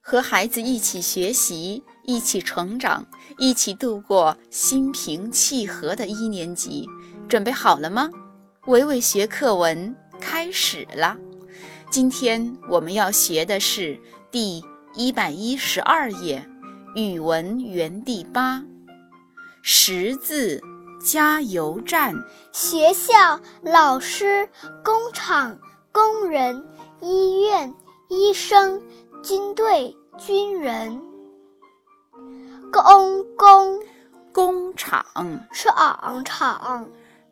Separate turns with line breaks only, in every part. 和孩子一起学习，一起成长，一起度过心平气和的一年级。准备好了吗？维维学课文开始啦！今天我们要学的是第一百一十二页语文园地八，识字加油站。
学校、老师、工厂、工人、医院、医生、军队、军人。工工
工厂、
厂厂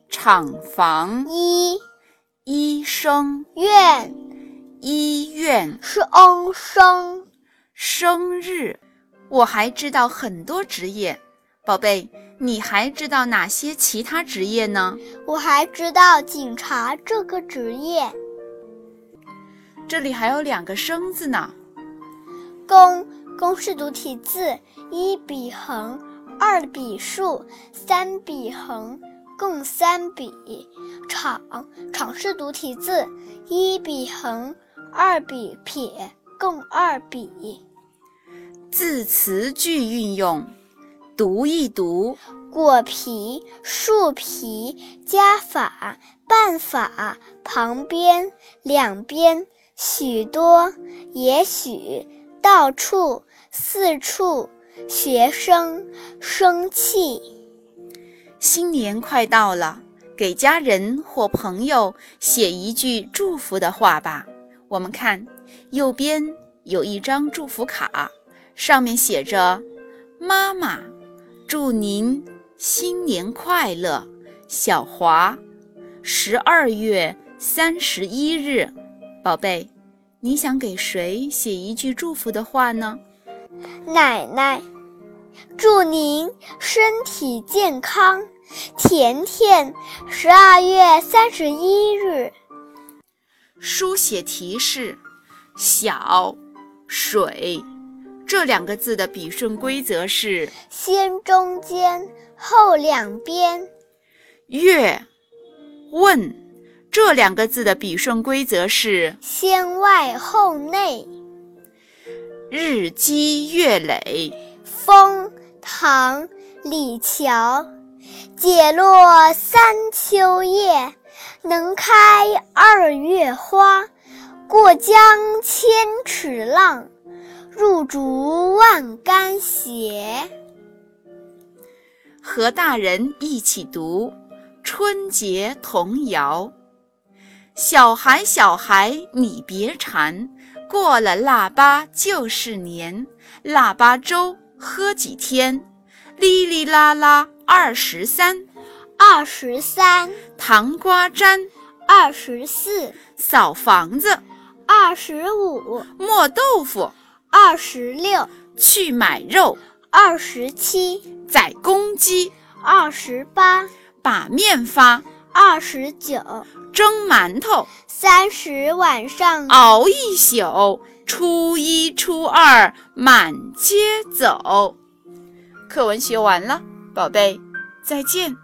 厂房、
医
医生、
院
医院、
是翁生
生日。我还知道很多职业，宝贝，你还知道哪些其他职业呢？
我还知道警察这个职业。
这里还有两个“生”字呢。
公公是独体字，一笔横，二笔竖，三笔横，共三笔。厂厂是独体字，一笔横，二笔撇，共二笔。
字词句运用，读一读，
果皮、树皮、加法、办法、旁边、两边、许多、也许、到处、四处、学生、生气、
新年快到了，给家人或朋友写一句祝福的话吧。我们看，右边有一张祝福卡，上面写着：“妈妈，祝您新年快乐，小华。”十二月三十一日，宝贝，你想给谁写一句祝福的话呢？
奶奶。祝您身体健康，甜甜。十二月三十一日。
书写提示：小、水这两个字的笔顺规则是
先中间，后两边。
月、问这两个字的笔顺规则是
先外后内。
日积月累。
风，唐·李峤。解落三秋叶，能开二月花。过江千尺浪，入竹万竿斜。
和大人一起读《春节童谣》。小孩，小孩，你别馋，过了腊八就是年，腊八粥喝几天，哩哩啦啦二十三，
二十三，
糖瓜粘，
二十四，
扫房子，
二十五，
磨豆腐，
二十六，
去买肉，
二十七，
宰公鸡，
二十八，
把面发，
二十九，
蒸馒头，
三十晚上
熬一宿，初一初二满街走。课文学完了，宝贝，再见。